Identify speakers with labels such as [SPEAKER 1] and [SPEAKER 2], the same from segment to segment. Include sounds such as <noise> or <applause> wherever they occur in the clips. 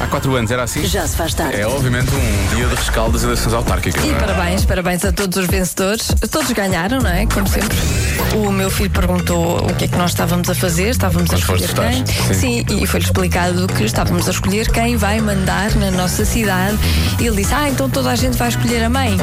[SPEAKER 1] Há quatro anos era assim?
[SPEAKER 2] Já se faz tarde.
[SPEAKER 1] É obviamente um dia de rescaldo das eleições autárquicas.
[SPEAKER 3] E
[SPEAKER 1] não é?
[SPEAKER 3] parabéns, parabéns a todos os vencedores. Todos ganharam, não é? Como sempre. O meu filho perguntou o que é que nós estávamos a fazer, estávamos a
[SPEAKER 1] Quando foste
[SPEAKER 3] escolher quem.
[SPEAKER 1] votar, sim.
[SPEAKER 3] Sim, e foi-lhe explicado que estávamos a escolher quem vai mandar na nossa cidade. E ele disse: Ah, então toda a gente vai escolher
[SPEAKER 1] <laughs>
[SPEAKER 3] a mãe.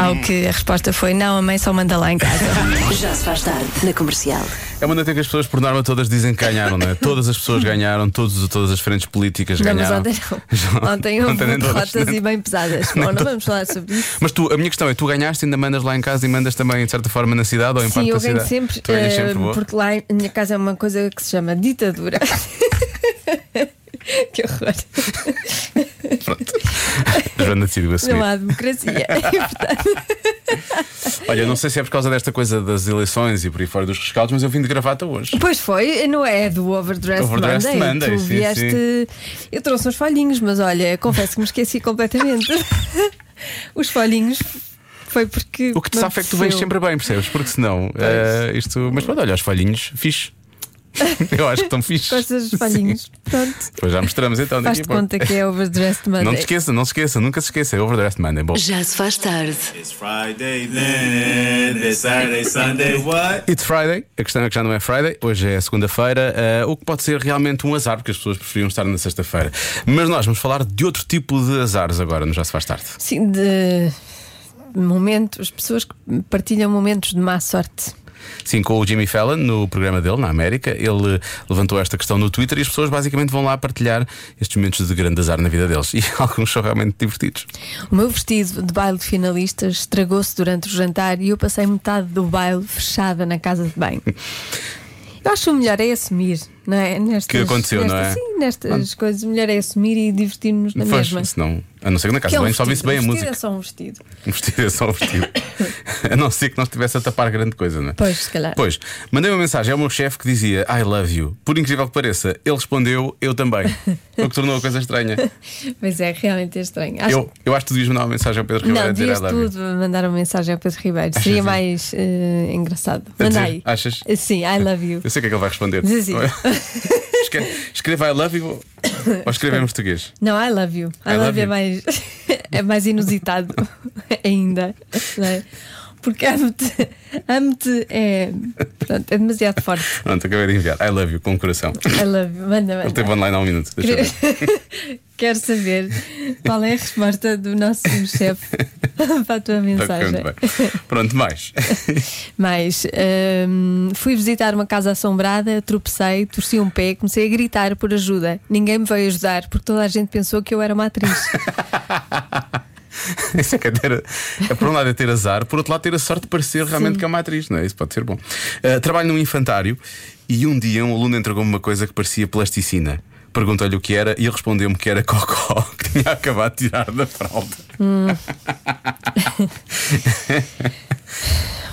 [SPEAKER 3] Ao que a resposta foi: Não, a mãe só manda lá em casa.
[SPEAKER 2] Já se faz tarde na Comercial.
[SPEAKER 1] É uma noite em que as pessoas, por norma, todas dizem que ganharam, não é? Todas as pessoas ganharam, todos, todas as frentes políticas
[SPEAKER 3] Não, mas
[SPEAKER 1] ganharam.
[SPEAKER 3] ontem
[SPEAKER 1] <laughs>
[SPEAKER 3] não. Ontem houve
[SPEAKER 1] nem todas, né?
[SPEAKER 3] derrotas
[SPEAKER 1] nem-
[SPEAKER 3] e bem pesadas. Bom, não vamos falar sobre isso.
[SPEAKER 1] Mas tu, a minha questão é: tu ganhaste, ainda mandas lá em casa e mandas também, de certa forma, na cidade ou em
[SPEAKER 3] Sim,
[SPEAKER 1] parte
[SPEAKER 3] eu
[SPEAKER 1] da
[SPEAKER 3] ganho
[SPEAKER 1] cidade?
[SPEAKER 3] sempre,
[SPEAKER 1] tu ganhas
[SPEAKER 3] eh,
[SPEAKER 1] sempre, boa.
[SPEAKER 3] porque lá em a minha casa é uma coisa que se chama ditadura. <laughs> que horror.
[SPEAKER 1] Pronto. A Joana decidiu assumir.
[SPEAKER 3] Não
[SPEAKER 1] <laughs>
[SPEAKER 3] há democracia. E, portanto,
[SPEAKER 1] Olha, eu não sei se é por causa desta coisa das eleições e por aí fora dos rescaldos, mas eu vim de gravata hoje.
[SPEAKER 3] pois foi, não é do Overdressed,
[SPEAKER 1] Overdressed
[SPEAKER 3] Monday.
[SPEAKER 1] Monday,
[SPEAKER 3] tu
[SPEAKER 1] sim,
[SPEAKER 3] vieste. Eu trouxe uns folhinhos, mas olha, confesso que me esqueci completamente. <laughs> Os folhinhos foi porque.
[SPEAKER 1] O que te
[SPEAKER 3] me
[SPEAKER 1] sabe é que tu vens
[SPEAKER 3] apeteceu.
[SPEAKER 1] sempre bem, percebes? Porque senão eh, isto. Mas pronto, olha, os falhinhos,
[SPEAKER 3] <laughs>
[SPEAKER 1] fixe. eu acho que estão fixe.
[SPEAKER 3] Gostas dos folhinhos? Pronto.
[SPEAKER 1] Pois já mostramos então daqui
[SPEAKER 3] Faz-te
[SPEAKER 1] a pouco.
[SPEAKER 3] conta que é Overdressed Monday.
[SPEAKER 1] Não te esqueça, não se esqueça, nunca se esqueça. É Overdressed Monday. Bom,
[SPEAKER 2] Já se faz tarde.
[SPEAKER 4] It's Friday then, it's Saturday, Sunday, what?
[SPEAKER 1] it's Friday. A questão é que já não é Friday, hoje é segunda-feira, eh, o que pode ser realmente um azar, porque as pessoas preferiam estar na sexta-feira. Mas nós vamos falar de outro tipo de azares agora, não já se faz tarde.
[SPEAKER 3] Sim, de momentos, pessoas que partilham momentos de má sorte.
[SPEAKER 1] Sim, com o Jimmy Fallon no programa dele na América, ele eh, levantou esta questão no Twitter e as pessoas basicamente vão lá partilhar estes momentos de grande azar na vida deles. <laughs> E alguns são realmente divertidos.
[SPEAKER 3] O meu vestido de baile de finalistas estragou-se durante o jantar e eu passei metade do baile fechada na casa
[SPEAKER 1] <laughs>
[SPEAKER 3] de banho. Eu acho que o melhor é assumir, não é? Nestas,
[SPEAKER 1] Que aconteceu, não
[SPEAKER 3] nestas-
[SPEAKER 1] é?
[SPEAKER 3] Sim, nestas coisas, o melhor é assumir e divertir-nos na
[SPEAKER 1] Pois,
[SPEAKER 3] mesma.
[SPEAKER 1] senão, a não ser que na casa
[SPEAKER 3] É Que é
[SPEAKER 1] de
[SPEAKER 3] um
[SPEAKER 1] banho só
[SPEAKER 3] vestido.
[SPEAKER 1] visse bem a
[SPEAKER 3] Um vestido
[SPEAKER 1] música. <laughs>
[SPEAKER 3] É só um vestido.
[SPEAKER 1] Um vestido é só um
[SPEAKER 3] <laughs>
[SPEAKER 1] vestido. a não ser que não estivesse a tapar grande coisa, não é?
[SPEAKER 3] Pois, se calhar.
[SPEAKER 1] Pois, mandei uma mensagem ao meu chefe que dizia I love you. Por incrível que pareça, ele respondeu eu também. o que tornou a coisa estranha.
[SPEAKER 3] Mas é realmente é estranho. <laughs> Acho
[SPEAKER 1] Eu, eu acho que tu devias mandar uma mensagem ao Pedro Ribeiro
[SPEAKER 3] Não,
[SPEAKER 1] a dizer I
[SPEAKER 3] devias
[SPEAKER 1] love you.
[SPEAKER 3] tudo mandar uma mensagem ao
[SPEAKER 1] <laughs>
[SPEAKER 3] Pedro Ribeiro. Seria
[SPEAKER 1] isso?
[SPEAKER 3] mais eh, engraçado.
[SPEAKER 1] A dizer,
[SPEAKER 3] Manda aí.
[SPEAKER 1] achas?
[SPEAKER 3] Sim, I love you.
[SPEAKER 1] Eu sei o que é que ele vai responder.
[SPEAKER 3] Diz assim.
[SPEAKER 1] Escre- Escreva I love you ou escreva em português.
[SPEAKER 3] Não, I love you. I,
[SPEAKER 1] I
[SPEAKER 3] love,
[SPEAKER 1] love
[SPEAKER 3] you é
[SPEAKER 1] you.
[SPEAKER 3] mais, <laughs> é mais inusitado <laughs> ainda. não é? Porque amo-te amo-te é, portanto, é demasiado forte.
[SPEAKER 1] Pronto, acabei de enviar. I love you, com coração.
[SPEAKER 3] I love you. Manda,
[SPEAKER 1] Ele
[SPEAKER 3] manda.
[SPEAKER 1] teve online há um minuto. Deixa eu ver.
[SPEAKER 3] <laughs> Quero saber qual é a resposta do nosso chefe <laughs> para a tua
[SPEAKER 1] Está correndo
[SPEAKER 3] mensagem.
[SPEAKER 1] bem. Pronto, mais. <laughs>
[SPEAKER 3] Mas hum, fui visitar uma casa assombrada, tropecei, torci um pé, comecei a gritar por ajuda. Ninguém me veio ajudar porque toda a gente pensou que eu era uma atriz.
[SPEAKER 1] Isso é que é ter. É, por um lado é ter azar, por outro lado ter a sorte de parecer realmente que é uma atriz, não é? Isso pode ser bom. Ah, trabalho num infantário e um dia um aluno entregou-me uma coisa que parecia plasticina. Perguntei-lhe o que era e ele respondeu-me que era cocó, <laughs> que tinha acabado de tirar da fralda.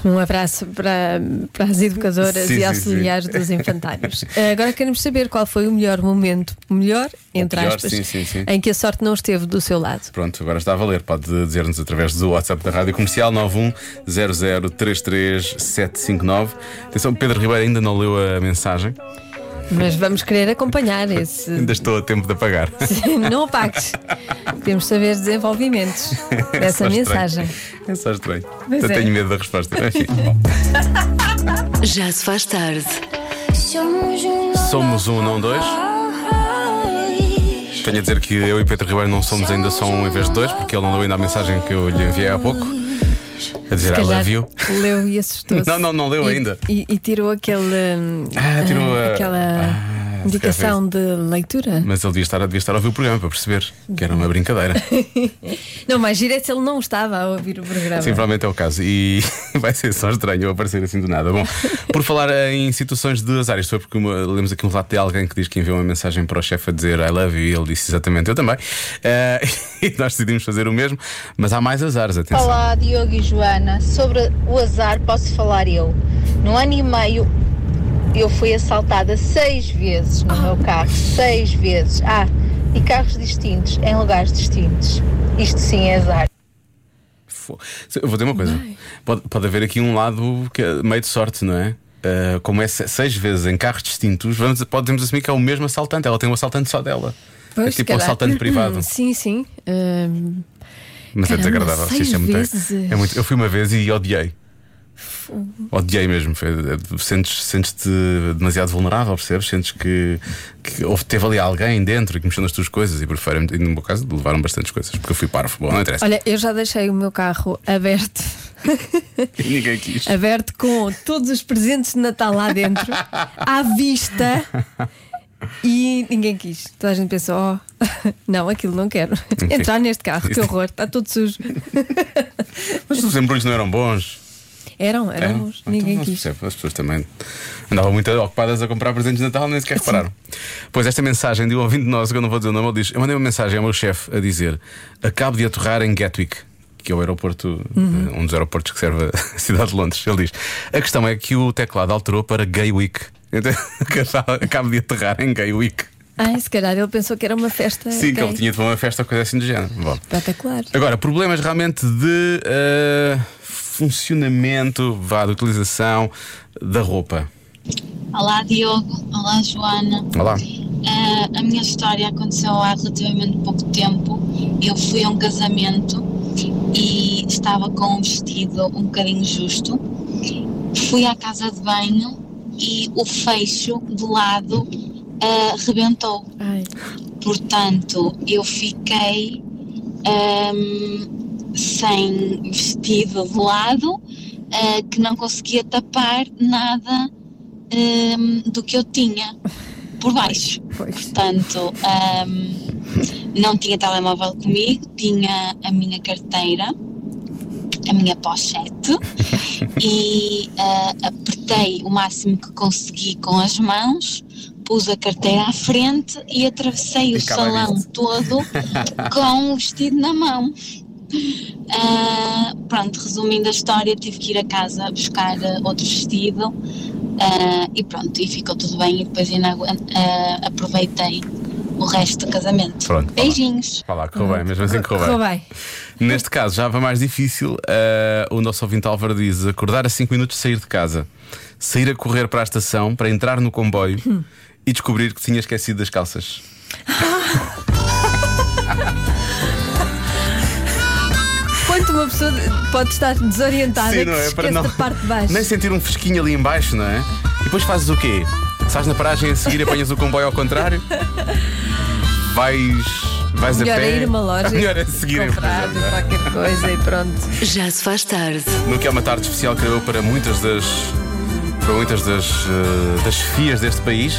[SPEAKER 3] Um abraço para, para as educadoras
[SPEAKER 1] Sim,
[SPEAKER 3] e
[SPEAKER 1] sim,
[SPEAKER 3] auxiliares
[SPEAKER 1] <laughs>
[SPEAKER 3] dos infantários. Eh, Agora queremos saber qual foi o melhor momento, o melhor, entre
[SPEAKER 1] pior,
[SPEAKER 3] aspas,
[SPEAKER 1] sim, sim, sim.
[SPEAKER 3] em que a sorte não esteve do seu lado.
[SPEAKER 1] Pronto, agora está a valer. Pode dizer-nos através do WhatsApp da Rádio Comercial 910033759. Atenção, Pedro Ribeiro ainda não leu a mensagem,
[SPEAKER 3] Mas vamos querer acompanhar
[SPEAKER 1] <laughs>
[SPEAKER 3] esse.
[SPEAKER 1] ainda estou a tempo de apagar.
[SPEAKER 3] não apagues. Queremos saber
[SPEAKER 1] <laughs>
[SPEAKER 3] desenvolvimentos dessa
[SPEAKER 1] É só estranho.
[SPEAKER 3] mensagem.
[SPEAKER 1] É só estranho.
[SPEAKER 3] Pois
[SPEAKER 1] Eu
[SPEAKER 3] é.
[SPEAKER 1] tenho medo da resposta. Enfim, bom.
[SPEAKER 2] Já se faz tarde.
[SPEAKER 5] Somos um,
[SPEAKER 1] Somos um, não dois.
[SPEAKER 5] dois.
[SPEAKER 1] Tenho a dizer que eu e Pedro Ribeiro não somos ainda só um em vez de dois, porque ele não leu ainda a mensagem que eu lhe enviei há pouco. A dizer I
[SPEAKER 3] calhar
[SPEAKER 1] love you.
[SPEAKER 3] Leu e assustou-se.
[SPEAKER 1] Não, não, não leu
[SPEAKER 3] E-
[SPEAKER 1] ainda.
[SPEAKER 3] E, e tirou aquele. hum,
[SPEAKER 1] Ah, tirou
[SPEAKER 3] ah,
[SPEAKER 1] a-
[SPEAKER 3] Aquela.
[SPEAKER 1] Ah,
[SPEAKER 3] Indicação de leitura?
[SPEAKER 1] Mas ele devia estar, devia estar a ouvir o programa para perceber que era uma brincadeira.
[SPEAKER 3] Não, mas gira se ele não estava a ouvir o programa.
[SPEAKER 1] Sim, provavelmente é o caso. E <laughs> vai ser só estranho eu aparecer assim do nada. Bom, por falar em situações de azar, isto foi porque uma- lemos aqui um relato de alguém que diz que enviou uma mensagem para o chefe a dizer I love you e ele disse exatamente eu também. Eh, <laughs> e nós decidimos fazer o mesmo, mas há mais azares, atenção.
[SPEAKER 6] Olá, Diogo e Joana. Sobre o azar, posso falar eu. No ano e meio, eu fui assaltada seis vezes no
[SPEAKER 7] Ah.
[SPEAKER 6] meu carro. Seis vezes. Ah, e carros distintos, em lugares distintos. Isto sim é azar.
[SPEAKER 1] Fo- Se- Eu vou dizer uma coisa. Pode, pode haver aqui um lado que é meio de sorte, não é? Ah, como é se- seis vezes em carros distintos, vamos, podemos assumir que é o mesmo assaltante. Ela tem um assaltante só dela. é
[SPEAKER 3] Pois,
[SPEAKER 1] tipo um
[SPEAKER 3] calhar.
[SPEAKER 1] assaltante privado.
[SPEAKER 3] <clears throat> Sim, sim. Hum,
[SPEAKER 1] Mas é
[SPEAKER 3] Caramba,
[SPEAKER 1] desagradável.
[SPEAKER 3] seis
[SPEAKER 1] Sim, é muito-
[SPEAKER 3] vezes.
[SPEAKER 1] é muito- eu fui uma vez e odiei. Odiei mesmo. Foi- é- Sentes, sentes-te demasiado vulnerável, percebes? Sentes que, que houve, teve ali alguém dentro que mexeu nas tuas coisas e preferem, e no meu caso, levaram bastantes coisas, porque eu fui parvo. Bom, não interessa.
[SPEAKER 3] olha, eu já deixei o meu carro aberto <laughs>
[SPEAKER 1] Ninguém quis.
[SPEAKER 3] aberto com todos os presentes de Natal lá
[SPEAKER 1] <laughs>
[SPEAKER 3] dentro, à vista. E ninguém quis. Toda a gente pensou: oh, <laughs> não, aquilo não quero. Entrar neste carro, que horror, está
[SPEAKER 1] <laughs>
[SPEAKER 3] todo sujo.
[SPEAKER 1] Mas os embrulhos não eram bons.
[SPEAKER 3] Eram, eram,
[SPEAKER 1] Eram?
[SPEAKER 3] uns,
[SPEAKER 1] Então
[SPEAKER 3] um ninguém
[SPEAKER 1] não se
[SPEAKER 3] quis.
[SPEAKER 1] percebe. As pessoas também andavam muito ocupadas a comprar presentes de Natal, nem sequer repararam. Pois esta mensagem de um ouvinte nosso, que eu não vou dizer o nome, ele diz: Eu mandei uma mensagem ao meu chefe a dizer: Acabo de aterrar em Gatwick. Que é o aeroporto,
[SPEAKER 3] Uhum.
[SPEAKER 1] eh, um dos aeroportos que serve a <laughs> cidade de Londres. Ele diz: A questão é que o teclado alterou para Gay Week. <laughs> Então, acabo de aterrar em Gay Week.
[SPEAKER 3] Ai, se calhar ele pensou que era uma festa.
[SPEAKER 1] Sim, que
[SPEAKER 3] gay.
[SPEAKER 1] ele tinha de uma festa ou coisa assim do género. Bom.
[SPEAKER 3] Espetacular.
[SPEAKER 1] Agora, problemas realmente de eh, funcionamento, vá, de utilização da roupa.
[SPEAKER 8] Olá Diogo, olá Joana.
[SPEAKER 1] Olá.
[SPEAKER 8] Ah, a minha história aconteceu há relativamente pouco tempo. Eu fui a um casamento e estava com um vestido um bocadinho justo. Fui à casa de banho e o fecho do lado ah, rebentou.
[SPEAKER 3] Ai,
[SPEAKER 8] Portanto, eu fiquei ehm, ahm, sem vestido de lado, ah, que não conseguia tapar nada ahm, do que eu tinha por baixo.
[SPEAKER 3] <laughs> pois.
[SPEAKER 8] Portanto, ahm, não tinha telemóvel comigo, tinha a minha carteira, a minha
[SPEAKER 3] <laughs>
[SPEAKER 8] pochete e ah, apertei o máximo que consegui com as mãos, pus a carteira à frente e atravessei o
[SPEAKER 1] Ficava
[SPEAKER 8] salão
[SPEAKER 1] visto.
[SPEAKER 3] <laughs>
[SPEAKER 8] todo com o vestido na mão. Ah, pronto, resumindo a história, tive que ir a casa buscar ah, outro vestido ah, e pronto, e ficou tudo bem. E depois ainda aguan- ah, aproveitei o resto do casamento.
[SPEAKER 1] Pronto, vá lá.
[SPEAKER 8] Beijinhos.
[SPEAKER 1] Vá lá, correu bem, mesmo assim correu bem.
[SPEAKER 3] Correu bem.
[SPEAKER 1] Neste caso já vai mais difícil. eh, o nosso ouvinte Álvaro diz: acordar a 5 minutos de sair de casa, sair a correr para a estação, para entrar no comboio
[SPEAKER 3] Hum.
[SPEAKER 1] e descobrir que tinha esquecido das calças.
[SPEAKER 3] Quanto uma pessoa pode estar desorientada, é que se esquece da parte de baixo.
[SPEAKER 1] é? <laughs> nem sentir um fresquinho ali em baixo, não é? E depois fazes o quê? Sais na paragem a seguir, apanhas o comboio ao
[SPEAKER 3] <laughs>
[SPEAKER 1] contrário? Vais. Vais a
[SPEAKER 3] Melhor
[SPEAKER 1] pé.
[SPEAKER 3] é ir a uma
[SPEAKER 1] <laughs>
[SPEAKER 3] loja,
[SPEAKER 1] Melhor
[SPEAKER 3] <laughs>
[SPEAKER 1] é seguir em
[SPEAKER 3] comprar
[SPEAKER 1] frente.
[SPEAKER 3] qualquer coisa e pronto.
[SPEAKER 2] Já se faz tarde.
[SPEAKER 1] No que é uma tarde especial, creio eu, para muitas das. para muitas das. eh, das fias deste país.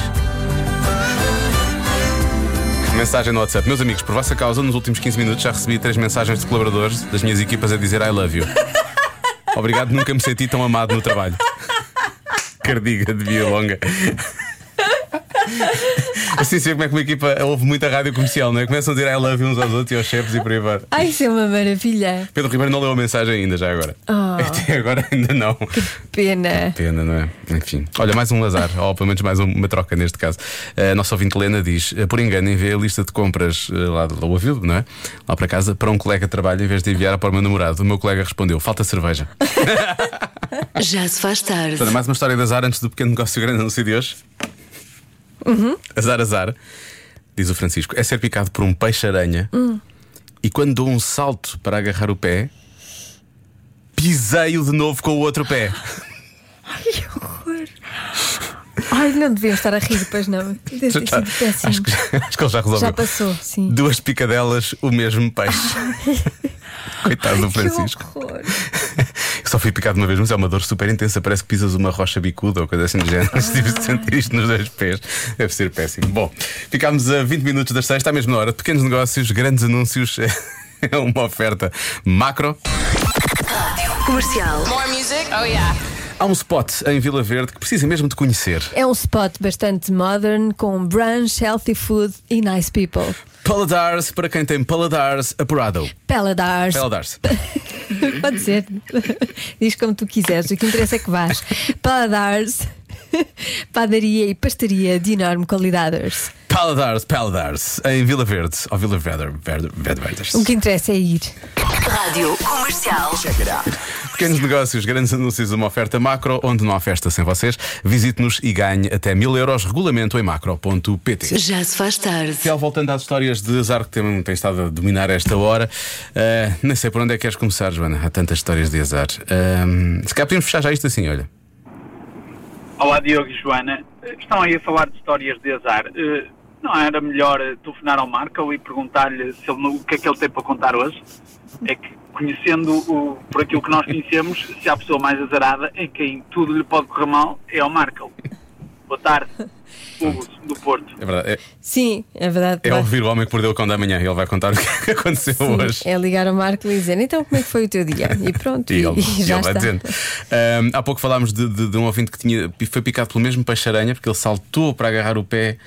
[SPEAKER 1] Mensagem no WhatsApp. Meus amigos, por vossa causa, nos últimos 15 minutos já recebi três mensagens de colaboradores das minhas equipas a dizer I love you. Obrigado, nunca me senti tão amado no trabalho. <laughs> Cardiga de via longa. <laughs> Assim se vê como é que uma equipa ouve muita rádio comercial, não é? Começam a dizer I love you uns aos outros e aos chefes e por aí vai.
[SPEAKER 3] Ai, isso é uma maravilha.
[SPEAKER 1] Pedro Ribeiro não leu a mensagem ainda, já é agora. <laughs> Até agora ainda não.
[SPEAKER 3] Pena.
[SPEAKER 1] Pena, não é? Enfim. Olha, mais um lazar, ou pelo menos mais uma troca neste caso. A nossa ouvinte Helena diz: eh, por engano, enviei a lista de compras eh, lá do ouvido, não é? Lá para casa, para um colega de trabalho, em vez de enviar para o meu namorado. O meu colega respondeu: falta cerveja.
[SPEAKER 2] Já se faz tarde.
[SPEAKER 1] Portanto, mais uma história de azar antes do pequeno negócio grande anúncio de hoje.
[SPEAKER 3] Uhum.
[SPEAKER 1] Azar, azar. Diz o Francisco: é ser picado por um peixe-aranha
[SPEAKER 3] Hum.
[SPEAKER 1] e quando dou um salto para agarrar o pé, pisei-o de novo com o outro pé.
[SPEAKER 3] Que horror. Ai, não devia estar a rir, pois não. Deve ter sido péssimo.
[SPEAKER 1] acho, que, acho que ele já <laughs> resolveu.
[SPEAKER 3] Já passou, sim.
[SPEAKER 1] Duas
[SPEAKER 3] <laughs>
[SPEAKER 1] picadelas, o mesmo peixe. Coitado do
[SPEAKER 3] Que
[SPEAKER 1] Francisco.
[SPEAKER 3] horror.
[SPEAKER 1] <laughs> Eu Só fui picado uma vez, mas é uma dor super intensa. Parece que pisas uma rocha bicuda ou coisa assim do género. <laughs> Tive de sentir isto nos dois pés. Deve ser péssimo. Bom, ficámos a 20 minutos das 6, está mesmo na hora. Pequenos negócios, grandes anúncios. <laughs> É uma oferta macro.
[SPEAKER 2] Comercial.
[SPEAKER 1] Há um spot em Vila Verde que precisa mesmo de conhecer.
[SPEAKER 3] É um spot bastante modern, com brunch, healthy food e nice people.
[SPEAKER 1] Paladars, para quem tem paladares apurado.
[SPEAKER 3] Paladars.
[SPEAKER 1] Paladars.
[SPEAKER 3] Pode ser. Diz como tu quiseres, o que interessa é que vás. Paladars, padaria e pastaria de enorme qualidade.
[SPEAKER 1] Paladars, Paladars, em Vila Verde. Ou Vila Verde, Verde, Verde, Verdes.
[SPEAKER 3] O que interessa é ir.
[SPEAKER 2] Rádio Comercial.
[SPEAKER 1] Pequenos negócios, grandes anúncios, uma oferta macro, onde não há festa sem vocês. Visite-nos e ganhe até mil euros. Regulamento em macro.pt.
[SPEAKER 2] Já se faz tarde.
[SPEAKER 1] Raquel, voltando às histórias de azar que tem, tem estado a dominar esta hora, ah, nem sei por onde é que queres começar, Joana. Há tantas histórias de azar. Ah, se calhar podemos fechar já isto assim, olha.
[SPEAKER 9] Olá Diogo e Joana, Eh, estão aí a falar de histórias de azar. Eh, Não era melhor eh, telefonar ao Marco e perguntar-lhe se ele não- o que é que ele tem para contar hoje? É que conhecendo o, por aquilo que nós conhecemos, se há a pessoa mais azarada em quem tudo lhe pode correr mal é ao Marco. Boa tarde, Hugo do Porto.
[SPEAKER 1] É verdade. É,
[SPEAKER 3] Sim, é verdade.
[SPEAKER 1] é
[SPEAKER 3] Vai.
[SPEAKER 1] ouvir o homem que perdeu o cão da manhã. Ele vai contar o que aconteceu
[SPEAKER 3] Sim,
[SPEAKER 1] hoje.
[SPEAKER 3] é ligar ao Marco e dizer então como é que foi o teu dia? E
[SPEAKER 1] <laughs>
[SPEAKER 3] pronto,
[SPEAKER 1] E ele, e
[SPEAKER 3] já
[SPEAKER 1] ele vai
[SPEAKER 3] está.
[SPEAKER 1] dizendo. Ahm, há pouco falámos de, de- de um ouvinte que tinha, foi picado pelo mesmo peixe-aranha, porque ele saltou para agarrar o pé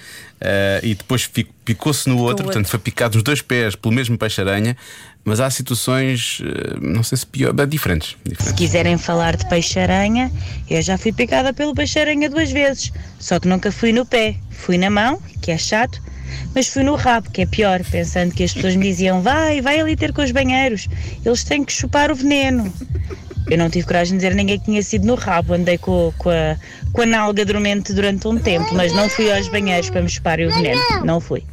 [SPEAKER 1] ah, e depois fi- picou-se no outro,
[SPEAKER 3] o
[SPEAKER 1] portanto
[SPEAKER 3] outro.
[SPEAKER 1] foi picado nos dois pés pelo mesmo peixe-aranha. Mas há situações, ah, não sei se pior, bem, diferentes.
[SPEAKER 10] Se
[SPEAKER 1] diferentes.
[SPEAKER 10] quiserem falar de peixe-aranha, eu já fui picada pelo peixe-aranha duas vezes, só que nunca fui no pé. Fui na mão, que é chato, mas fui no rabo, que é pior, pensando que as pessoas me diziam: vai, vai ali ter com os banheiros, eles têm que chupar o veneno. Eu não tive coragem de dizer a ninguém que tinha sido no rabo, andei com, com a, com a nalga dormente durante um tempo, mas não fui aos banheiros para me chuparem o veneno, não fui.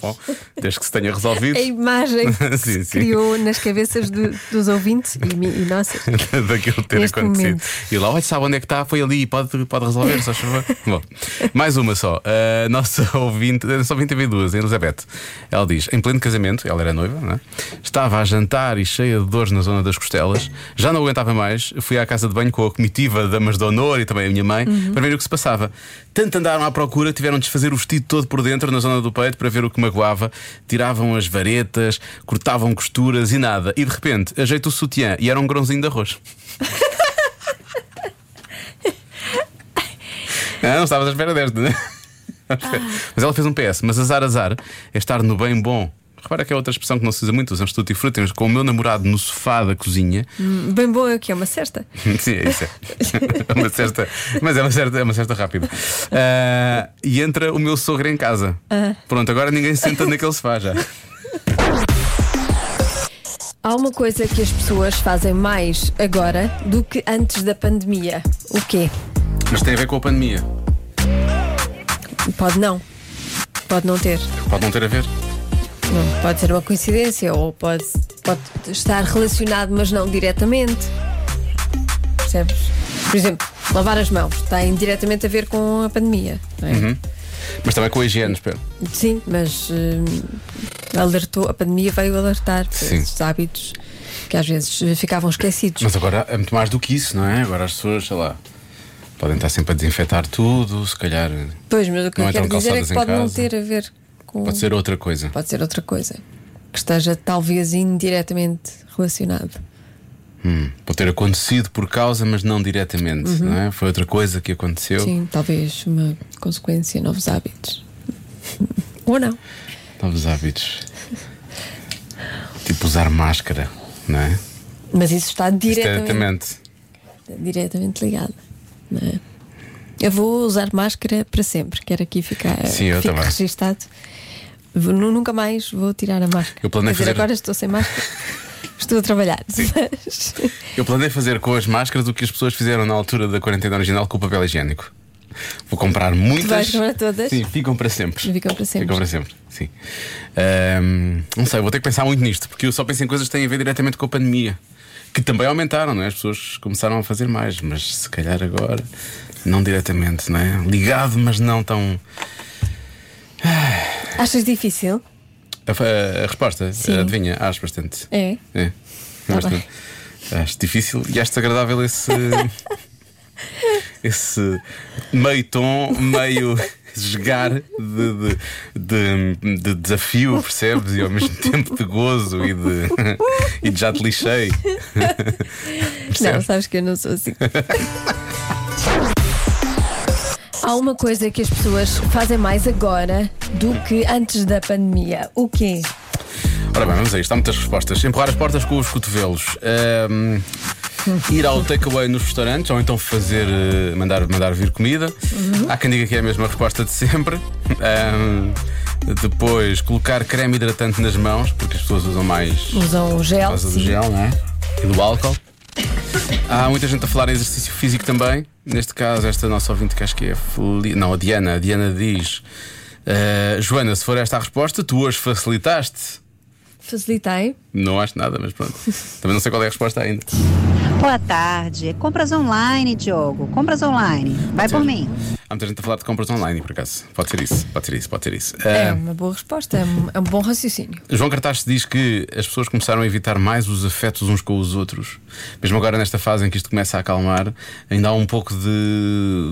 [SPEAKER 1] Bom, desde que se tenha
[SPEAKER 3] <laughs>
[SPEAKER 1] resolvido.
[SPEAKER 3] A imagem que
[SPEAKER 1] Sim,
[SPEAKER 3] se
[SPEAKER 1] sim.
[SPEAKER 3] criou nas cabeças de- dos ouvintes e, mi- e nossas.
[SPEAKER 1] <laughs> Daquilo ter
[SPEAKER 3] Neste
[SPEAKER 1] acontecido.
[SPEAKER 3] momento.
[SPEAKER 1] E lá, olha, sabe onde é que está? Foi ali, pode, pode resolver, só
[SPEAKER 3] <laughs>
[SPEAKER 1] favor. Bom, mais uma só. A nossa <laughs> ouvinte, a nossa ouvinte teve duas, a Elizabeth. Ela diz: em pleno casamento, ela era noiva, não é? estava a jantar e cheia de dores na zona das costelas, já não aguentava mais. Fui à casa de banho com a comitiva de damas de honor e também a minha mãe
[SPEAKER 3] Uhum.
[SPEAKER 1] para ver o que se passava. Tanto andaram à procura, tiveram de desfazer o vestido todo por dentro, na zona do peito, para ver o que magoava. Tiravam as varetas, cortavam costuras e nada. E de repente, ajeita o sutiã e era um grãozinho de arroz. Ah, não estavas à espera desta, né? Mas ela fez um PS. Mas azar, azar é estar no bem bom. Repara que é outra expressão que não se usa muito, usamos tudo e fruta. Com o meu namorado no sofá da cozinha.
[SPEAKER 3] Bem bom é o que é uma cesta.
[SPEAKER 1] <laughs> Sim, é isso. É. É uma certa, mas é uma certa, é uma certa rápida. Ah, e entra o meu sogro em casa. Pronto, agora ninguém se senta naquele sofá já.
[SPEAKER 3] Há uma coisa que as pessoas fazem mais agora do que antes da pandemia. O quê?
[SPEAKER 1] Mas tem a ver com a pandemia.
[SPEAKER 3] Pode não. Pode não ter.
[SPEAKER 1] Pode não ter a ver?
[SPEAKER 3] Não, Pode ser uma coincidência ou pode, pode estar relacionado, mas não diretamente. Percebes? Por exemplo, lavar as mãos tem diretamente a ver com a pandemia. não é?
[SPEAKER 1] Mas também com a higiene, espero.
[SPEAKER 3] Sim, mas hum, alertou, a pandemia veio alertar
[SPEAKER 1] Sim.
[SPEAKER 3] esses hábitos que às vezes eh, ficavam esquecidos.
[SPEAKER 1] Mas agora é muito mais do que isso, não é? Agora as pessoas, sei lá, podem estar sempre a desinfetar tudo, se calhar.
[SPEAKER 3] Pois, mas o que
[SPEAKER 1] Não
[SPEAKER 3] eu
[SPEAKER 1] entram
[SPEAKER 3] quero dizer é
[SPEAKER 1] calçadas
[SPEAKER 3] que
[SPEAKER 1] em
[SPEAKER 3] pode não
[SPEAKER 1] casa.
[SPEAKER 3] ter a ver com.
[SPEAKER 1] Pode ser outra coisa.
[SPEAKER 3] pode ser outra coisa. Que esteja talvez indiretamente relacionado.
[SPEAKER 1] Pode ter acontecido por causa, mas não diretamente, não é? Foi outra coisa que aconteceu.
[SPEAKER 3] Uhum. Sim, talvez uma consequência, novos hábitos. <laughs> Ou não.
[SPEAKER 1] Novos hábitos. tipo usar máscara, não é?
[SPEAKER 3] Mas isso está
[SPEAKER 1] Isto é
[SPEAKER 3] diretamente,
[SPEAKER 1] Diretamente.
[SPEAKER 3] diretamente ligado. não é? Eu vou usar máscara para sempre, quero aqui ficar
[SPEAKER 1] Sim, eu
[SPEAKER 3] fique
[SPEAKER 1] também.
[SPEAKER 3] registado. Vou- nu- Nunca mais vou tirar a máscara.
[SPEAKER 1] Eu planei
[SPEAKER 3] Quer dizer,
[SPEAKER 1] fazer-
[SPEAKER 3] agora estou
[SPEAKER 1] <laughs>
[SPEAKER 3] sem máscara. estou a trabalhar. Mas... <laughs>
[SPEAKER 1] Eu planei fazer com as máscaras o que as pessoas fizeram na altura da quarentena original com o papel higiênico. Vou comprar muitas.
[SPEAKER 3] vais comprar todas?
[SPEAKER 1] Sim, ficam para sempre.
[SPEAKER 3] Ficam para sempre.
[SPEAKER 1] Ficam para sempre, sim. Ahm, não sei, vou ter que pensar muito nisto, porque eu só penso em coisas que têm a ver diretamente com a pandemia. Que também aumentaram, não é? As pessoas começaram a fazer mais, mas se calhar agora não diretamente, não é? Ligado, mas não tão.
[SPEAKER 3] Achas difícil?
[SPEAKER 1] A, a- a resposta,
[SPEAKER 3] Sim.
[SPEAKER 1] adivinha, acho bastante.
[SPEAKER 3] É.
[SPEAKER 1] É.
[SPEAKER 3] Tá
[SPEAKER 1] Bastante. Acho difícil e acho desagradável esse. esse meio tom, meio jogar de, de- de- de desafio, percebes? E ao mesmo tempo de gozo e de, e de já te lixei.
[SPEAKER 3] Não,
[SPEAKER 1] Percebes?
[SPEAKER 3] sabes que eu não sou assim. Há uma coisa que as pessoas fazem mais agora do que antes da pandemia. O quê?
[SPEAKER 1] Ora bem, vamos a isto. Há muitas respostas. Empurrar as portas com os cotovelos. Ahm, ir ao takeaway nos restaurantes ou então fazer eh, mandar, mandar vir comida. Há quem diga que é a mesma resposta de sempre. Ahm, depois, colocar creme hidratante nas mãos, porque as pessoas usam mais
[SPEAKER 3] Usam o
[SPEAKER 1] por
[SPEAKER 3] gel.
[SPEAKER 1] causa do
[SPEAKER 3] sim.
[SPEAKER 1] gel, não é? E do álcool. Há muita gente a falar em exercício físico também. Neste caso, esta nossa ouvinte que acho que é. Feli- Não, a Diana. A Diana diz: "Ah, Joana, se for esta a resposta, tu hoje facilitaste.
[SPEAKER 3] Facilitei.
[SPEAKER 1] Não acho nada, mas pronto. Também não sei qual é a resposta ainda.
[SPEAKER 7] Boa tarde. Compras online, Diogo. Compras online.
[SPEAKER 6] É
[SPEAKER 7] Vai por mim.
[SPEAKER 1] Há muita gente a falar de compras online, por acaso. Pode ser isso, pode ser isso, pode ser isso.
[SPEAKER 3] É
[SPEAKER 1] Ah,
[SPEAKER 3] uma boa resposta, é um, é um bom raciocínio.
[SPEAKER 1] João Cartaz diz que as pessoas começaram a evitar mais os afetos uns com os outros. Mesmo agora, nesta fase em que isto começa a acalmar, ainda há um pouco de,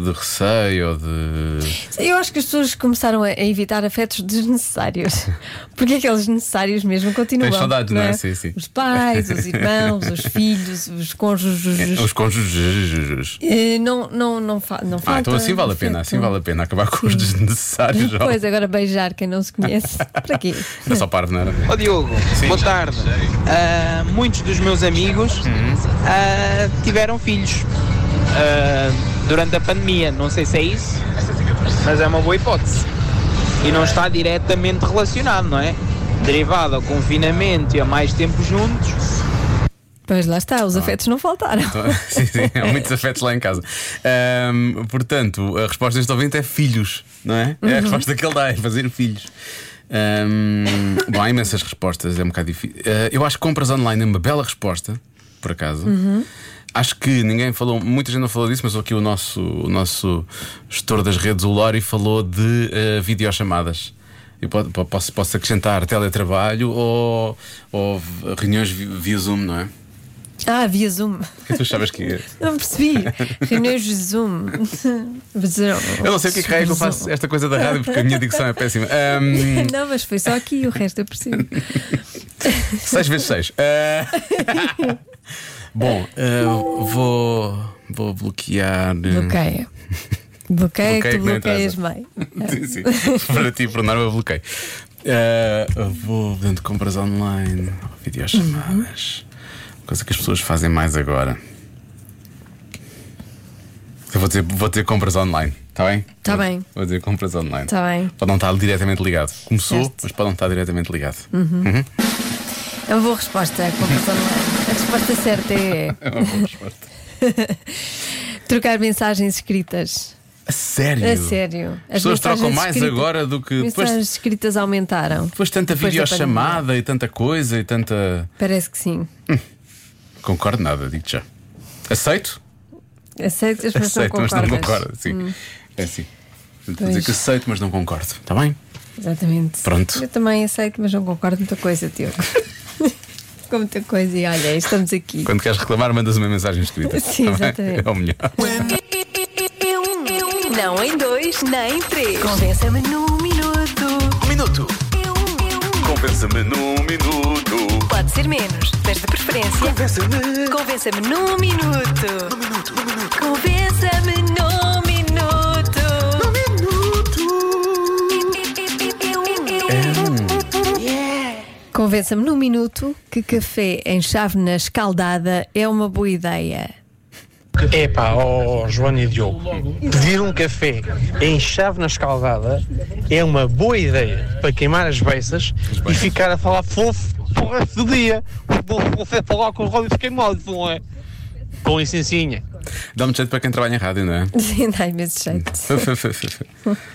[SPEAKER 1] de receio ou de.
[SPEAKER 3] Eu acho que as pessoas começaram a a evitar afetos desnecessários. <laughs> Porque aqueles necessários mesmo continuam.
[SPEAKER 1] Tens saudades,
[SPEAKER 3] não é?
[SPEAKER 1] não é? Sim, sim.
[SPEAKER 3] Os pais,
[SPEAKER 1] <laughs>
[SPEAKER 3] os irmãos, os filhos, os cônjuges.
[SPEAKER 1] É, Os cônjuges.
[SPEAKER 3] Eh, Não, não, não, fa não
[SPEAKER 1] Ah,
[SPEAKER 3] falta.
[SPEAKER 1] então assim vale a pena, assim vale a pena acabar com os desnecessários. ó.
[SPEAKER 3] Depois, agora beijar quem não se conhece. Para quê?
[SPEAKER 1] É só parvo, não era?
[SPEAKER 11] Ó Diogo,
[SPEAKER 1] Sim.
[SPEAKER 11] boa tarde. Ah, muitos dos meus amigos ah, tiveram filhos ah, durante a pandemia. Não sei se é isso, mas é uma boa hipótese. E não está diretamente relacionado, não é? Derivado ao confinamento e a mais tempo juntos,
[SPEAKER 3] Pois lá está,
[SPEAKER 1] Ah.
[SPEAKER 3] os afetos não faltaram.
[SPEAKER 1] sim, sim, <laughs> há muitos afetos lá em casa. Ahm, portanto, a resposta deste ouvinte é filhos, não é? É a resposta que ele dá, é fazer filhos. Ahm, bom, há imensas respostas, é um bocado difícil. Ah, eu acho que compras online é uma bela resposta, por acaso. Acho que ninguém falou, muita gente não falou disso, mas aqui o nosso, o nosso gestor das redes, o Lori, falou de ah, videochamadas. Eu po- po- posso, posso acrescentar teletrabalho ou, ou reuniões vi- via Zoom, não é? O
[SPEAKER 3] Ah, havia Zoom.
[SPEAKER 1] que tu achavas que é?
[SPEAKER 3] Não percebi. Reuniões de Zoom.
[SPEAKER 1] Eu não sei o que é que raio é que eu faço esta coisa da rádio porque a minha dicção é péssima. Ahm,
[SPEAKER 3] <laughs> Não, mas foi só aqui, o resto eu percebo.
[SPEAKER 1] seis vezes seis Ah, <laughs> Bom, ah, vou, vou bloquear. eh,
[SPEAKER 3] Bloqueia. Bloqueia que
[SPEAKER 1] Hum. Bloqueia
[SPEAKER 3] tu
[SPEAKER 1] que não
[SPEAKER 3] bloqueias
[SPEAKER 1] interessa. <laughs> Sim,
[SPEAKER 3] bem.
[SPEAKER 1] sim. Para ti, por norma, eu bloqueio. Ah, vou, portanto, compras online, videochamadas, coisa que as pessoas fazem mais agora. Eu vou dizer, vou dizer compras online, está bem?
[SPEAKER 3] Tá
[SPEAKER 1] Vou-
[SPEAKER 3] bem.
[SPEAKER 1] Vou dizer compras online.
[SPEAKER 3] Tá bem.
[SPEAKER 1] Pode não estar diretamente ligado. Começou,
[SPEAKER 3] Certo.
[SPEAKER 1] mas pode não estar diretamente ligado.
[SPEAKER 3] É uma boa resposta, compras online. A resposta certa é
[SPEAKER 1] <laughs> É uma boa resposta.
[SPEAKER 3] trocar mensagens escritas.
[SPEAKER 1] A sério?
[SPEAKER 3] A É sério.
[SPEAKER 1] As pessoas trocam
[SPEAKER 3] mensagens
[SPEAKER 1] mais
[SPEAKER 3] escritas-
[SPEAKER 1] agora do que.
[SPEAKER 3] Mensagens
[SPEAKER 1] Depois,
[SPEAKER 3] escritas aumentaram.
[SPEAKER 1] depois tanta
[SPEAKER 3] Depois da
[SPEAKER 1] videochamada e tanta coisa e tanta.
[SPEAKER 3] Parece que sim.
[SPEAKER 1] Concordo nada, digo já. Aceito?
[SPEAKER 3] Aceitas, mas não
[SPEAKER 1] aceito, mas não
[SPEAKER 3] concordas.
[SPEAKER 1] concordo. Sim. É assim. Vou dizer
[SPEAKER 3] Pois.
[SPEAKER 1] que aceito, mas não concordo. Está bem?
[SPEAKER 3] Exatamente.
[SPEAKER 1] Pronto.
[SPEAKER 3] Eu também aceito, mas não concordo com muita
[SPEAKER 2] <laughs>
[SPEAKER 3] coisa, Tiago. com muita coisa, e olha, estamos aqui.
[SPEAKER 1] Quando queres reclamar, mandas uma mensagem escrita.
[SPEAKER 3] <laughs> Sim,
[SPEAKER 1] Tá bem?
[SPEAKER 3] exatamente.
[SPEAKER 1] É o melhor.
[SPEAKER 2] um, Não em dois, nem em três. Convença-me num minuto.
[SPEAKER 1] Um minuto.
[SPEAKER 2] Eu, eu, um.
[SPEAKER 1] Convença-me num minuto.
[SPEAKER 2] Pode ser menos, mas de preferência.
[SPEAKER 1] Convença-me.
[SPEAKER 2] Convença-me num minuto. Num minuto, num minuto. Convença-me num minuto. Num minuto.
[SPEAKER 3] Convença-me num minuto que café em chávena escaldada é uma boa ideia. <laughs>
[SPEAKER 11] Epá, ó Joana e Diogo, pedir um café em chave na escaldada é uma boa ideia para queimar as beiças e ficar a falar fofo o resto do dia. O bom fofo é falar com os olhos queimados, não é? Com licencinha.
[SPEAKER 1] Dá-me jeito para quem trabalha em rádio, não é?
[SPEAKER 3] Dá imenso jeito.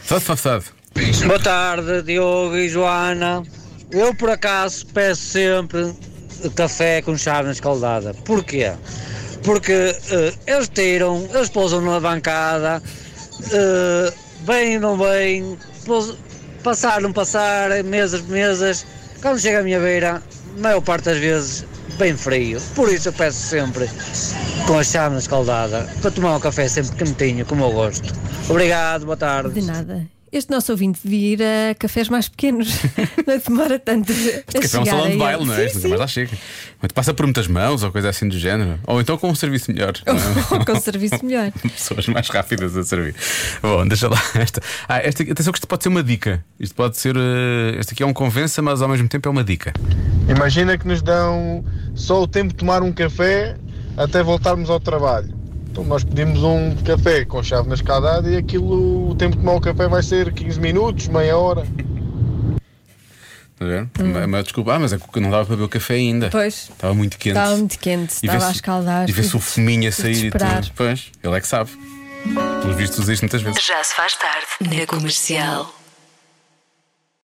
[SPEAKER 1] Fado, fado, fado.
[SPEAKER 11] Boa tarde, Diogo e Joana. Eu, por acaso, peço sempre café com chave na escaldada. Porquê? Porque eh, eles tiram, eles pousam na bancada, eh, bem ou não bem, pous- passar, não passar, mesas, mesas. Quando chega à minha beira, a maior parte das vezes,
[SPEAKER 12] bem frio. Por isso eu peço sempre com a chávena escaldada para tomar um café sempre quentinho, como eu gosto. Obrigado, boa tarde.
[SPEAKER 3] De nada. Este nosso ouvinte devia ir a cafés
[SPEAKER 2] <laughs>
[SPEAKER 3] mais pequenos. não demora tanto.
[SPEAKER 1] Este café é um salão de baile, não é? Isto nunca mais lá chega. Mas passa por muitas mãos ou coisa assim do género. Ou então com um serviço melhor. não é?
[SPEAKER 3] <laughs> <laughs> Com serviço melhor.
[SPEAKER 1] <laughs> Pessoas mais rápidas a servir. Bom, deixa lá esta. Ah, esta atenção que isto pode ser uma dica. Isto pode ser. eh, Este aqui é um convença, mas ao mesmo tempo é uma dica.
[SPEAKER 11] Imagina que nos dão só o tempo de tomar um café até voltarmos ao trabalho. Então nós pedimos um café com chave na escaldada e aquilo, o tempo de tomar o café vai ser 15 minutos, meia hora.
[SPEAKER 1] Está a ver? Tá Mas, mas desculpa, ah, mas é que não dava para beber o café ainda.
[SPEAKER 3] Pois.
[SPEAKER 1] Estava muito quente.
[SPEAKER 3] Estava muito quente,
[SPEAKER 1] E
[SPEAKER 3] estava
[SPEAKER 1] vê-se-
[SPEAKER 3] a escaldar.
[SPEAKER 1] E vê-se o fuminho a sair e
[SPEAKER 3] esperar.
[SPEAKER 1] tudo. Pois, ele é que sabe. Pelos vistos, usa isto muitas vezes.
[SPEAKER 2] Já se faz tarde na comercial.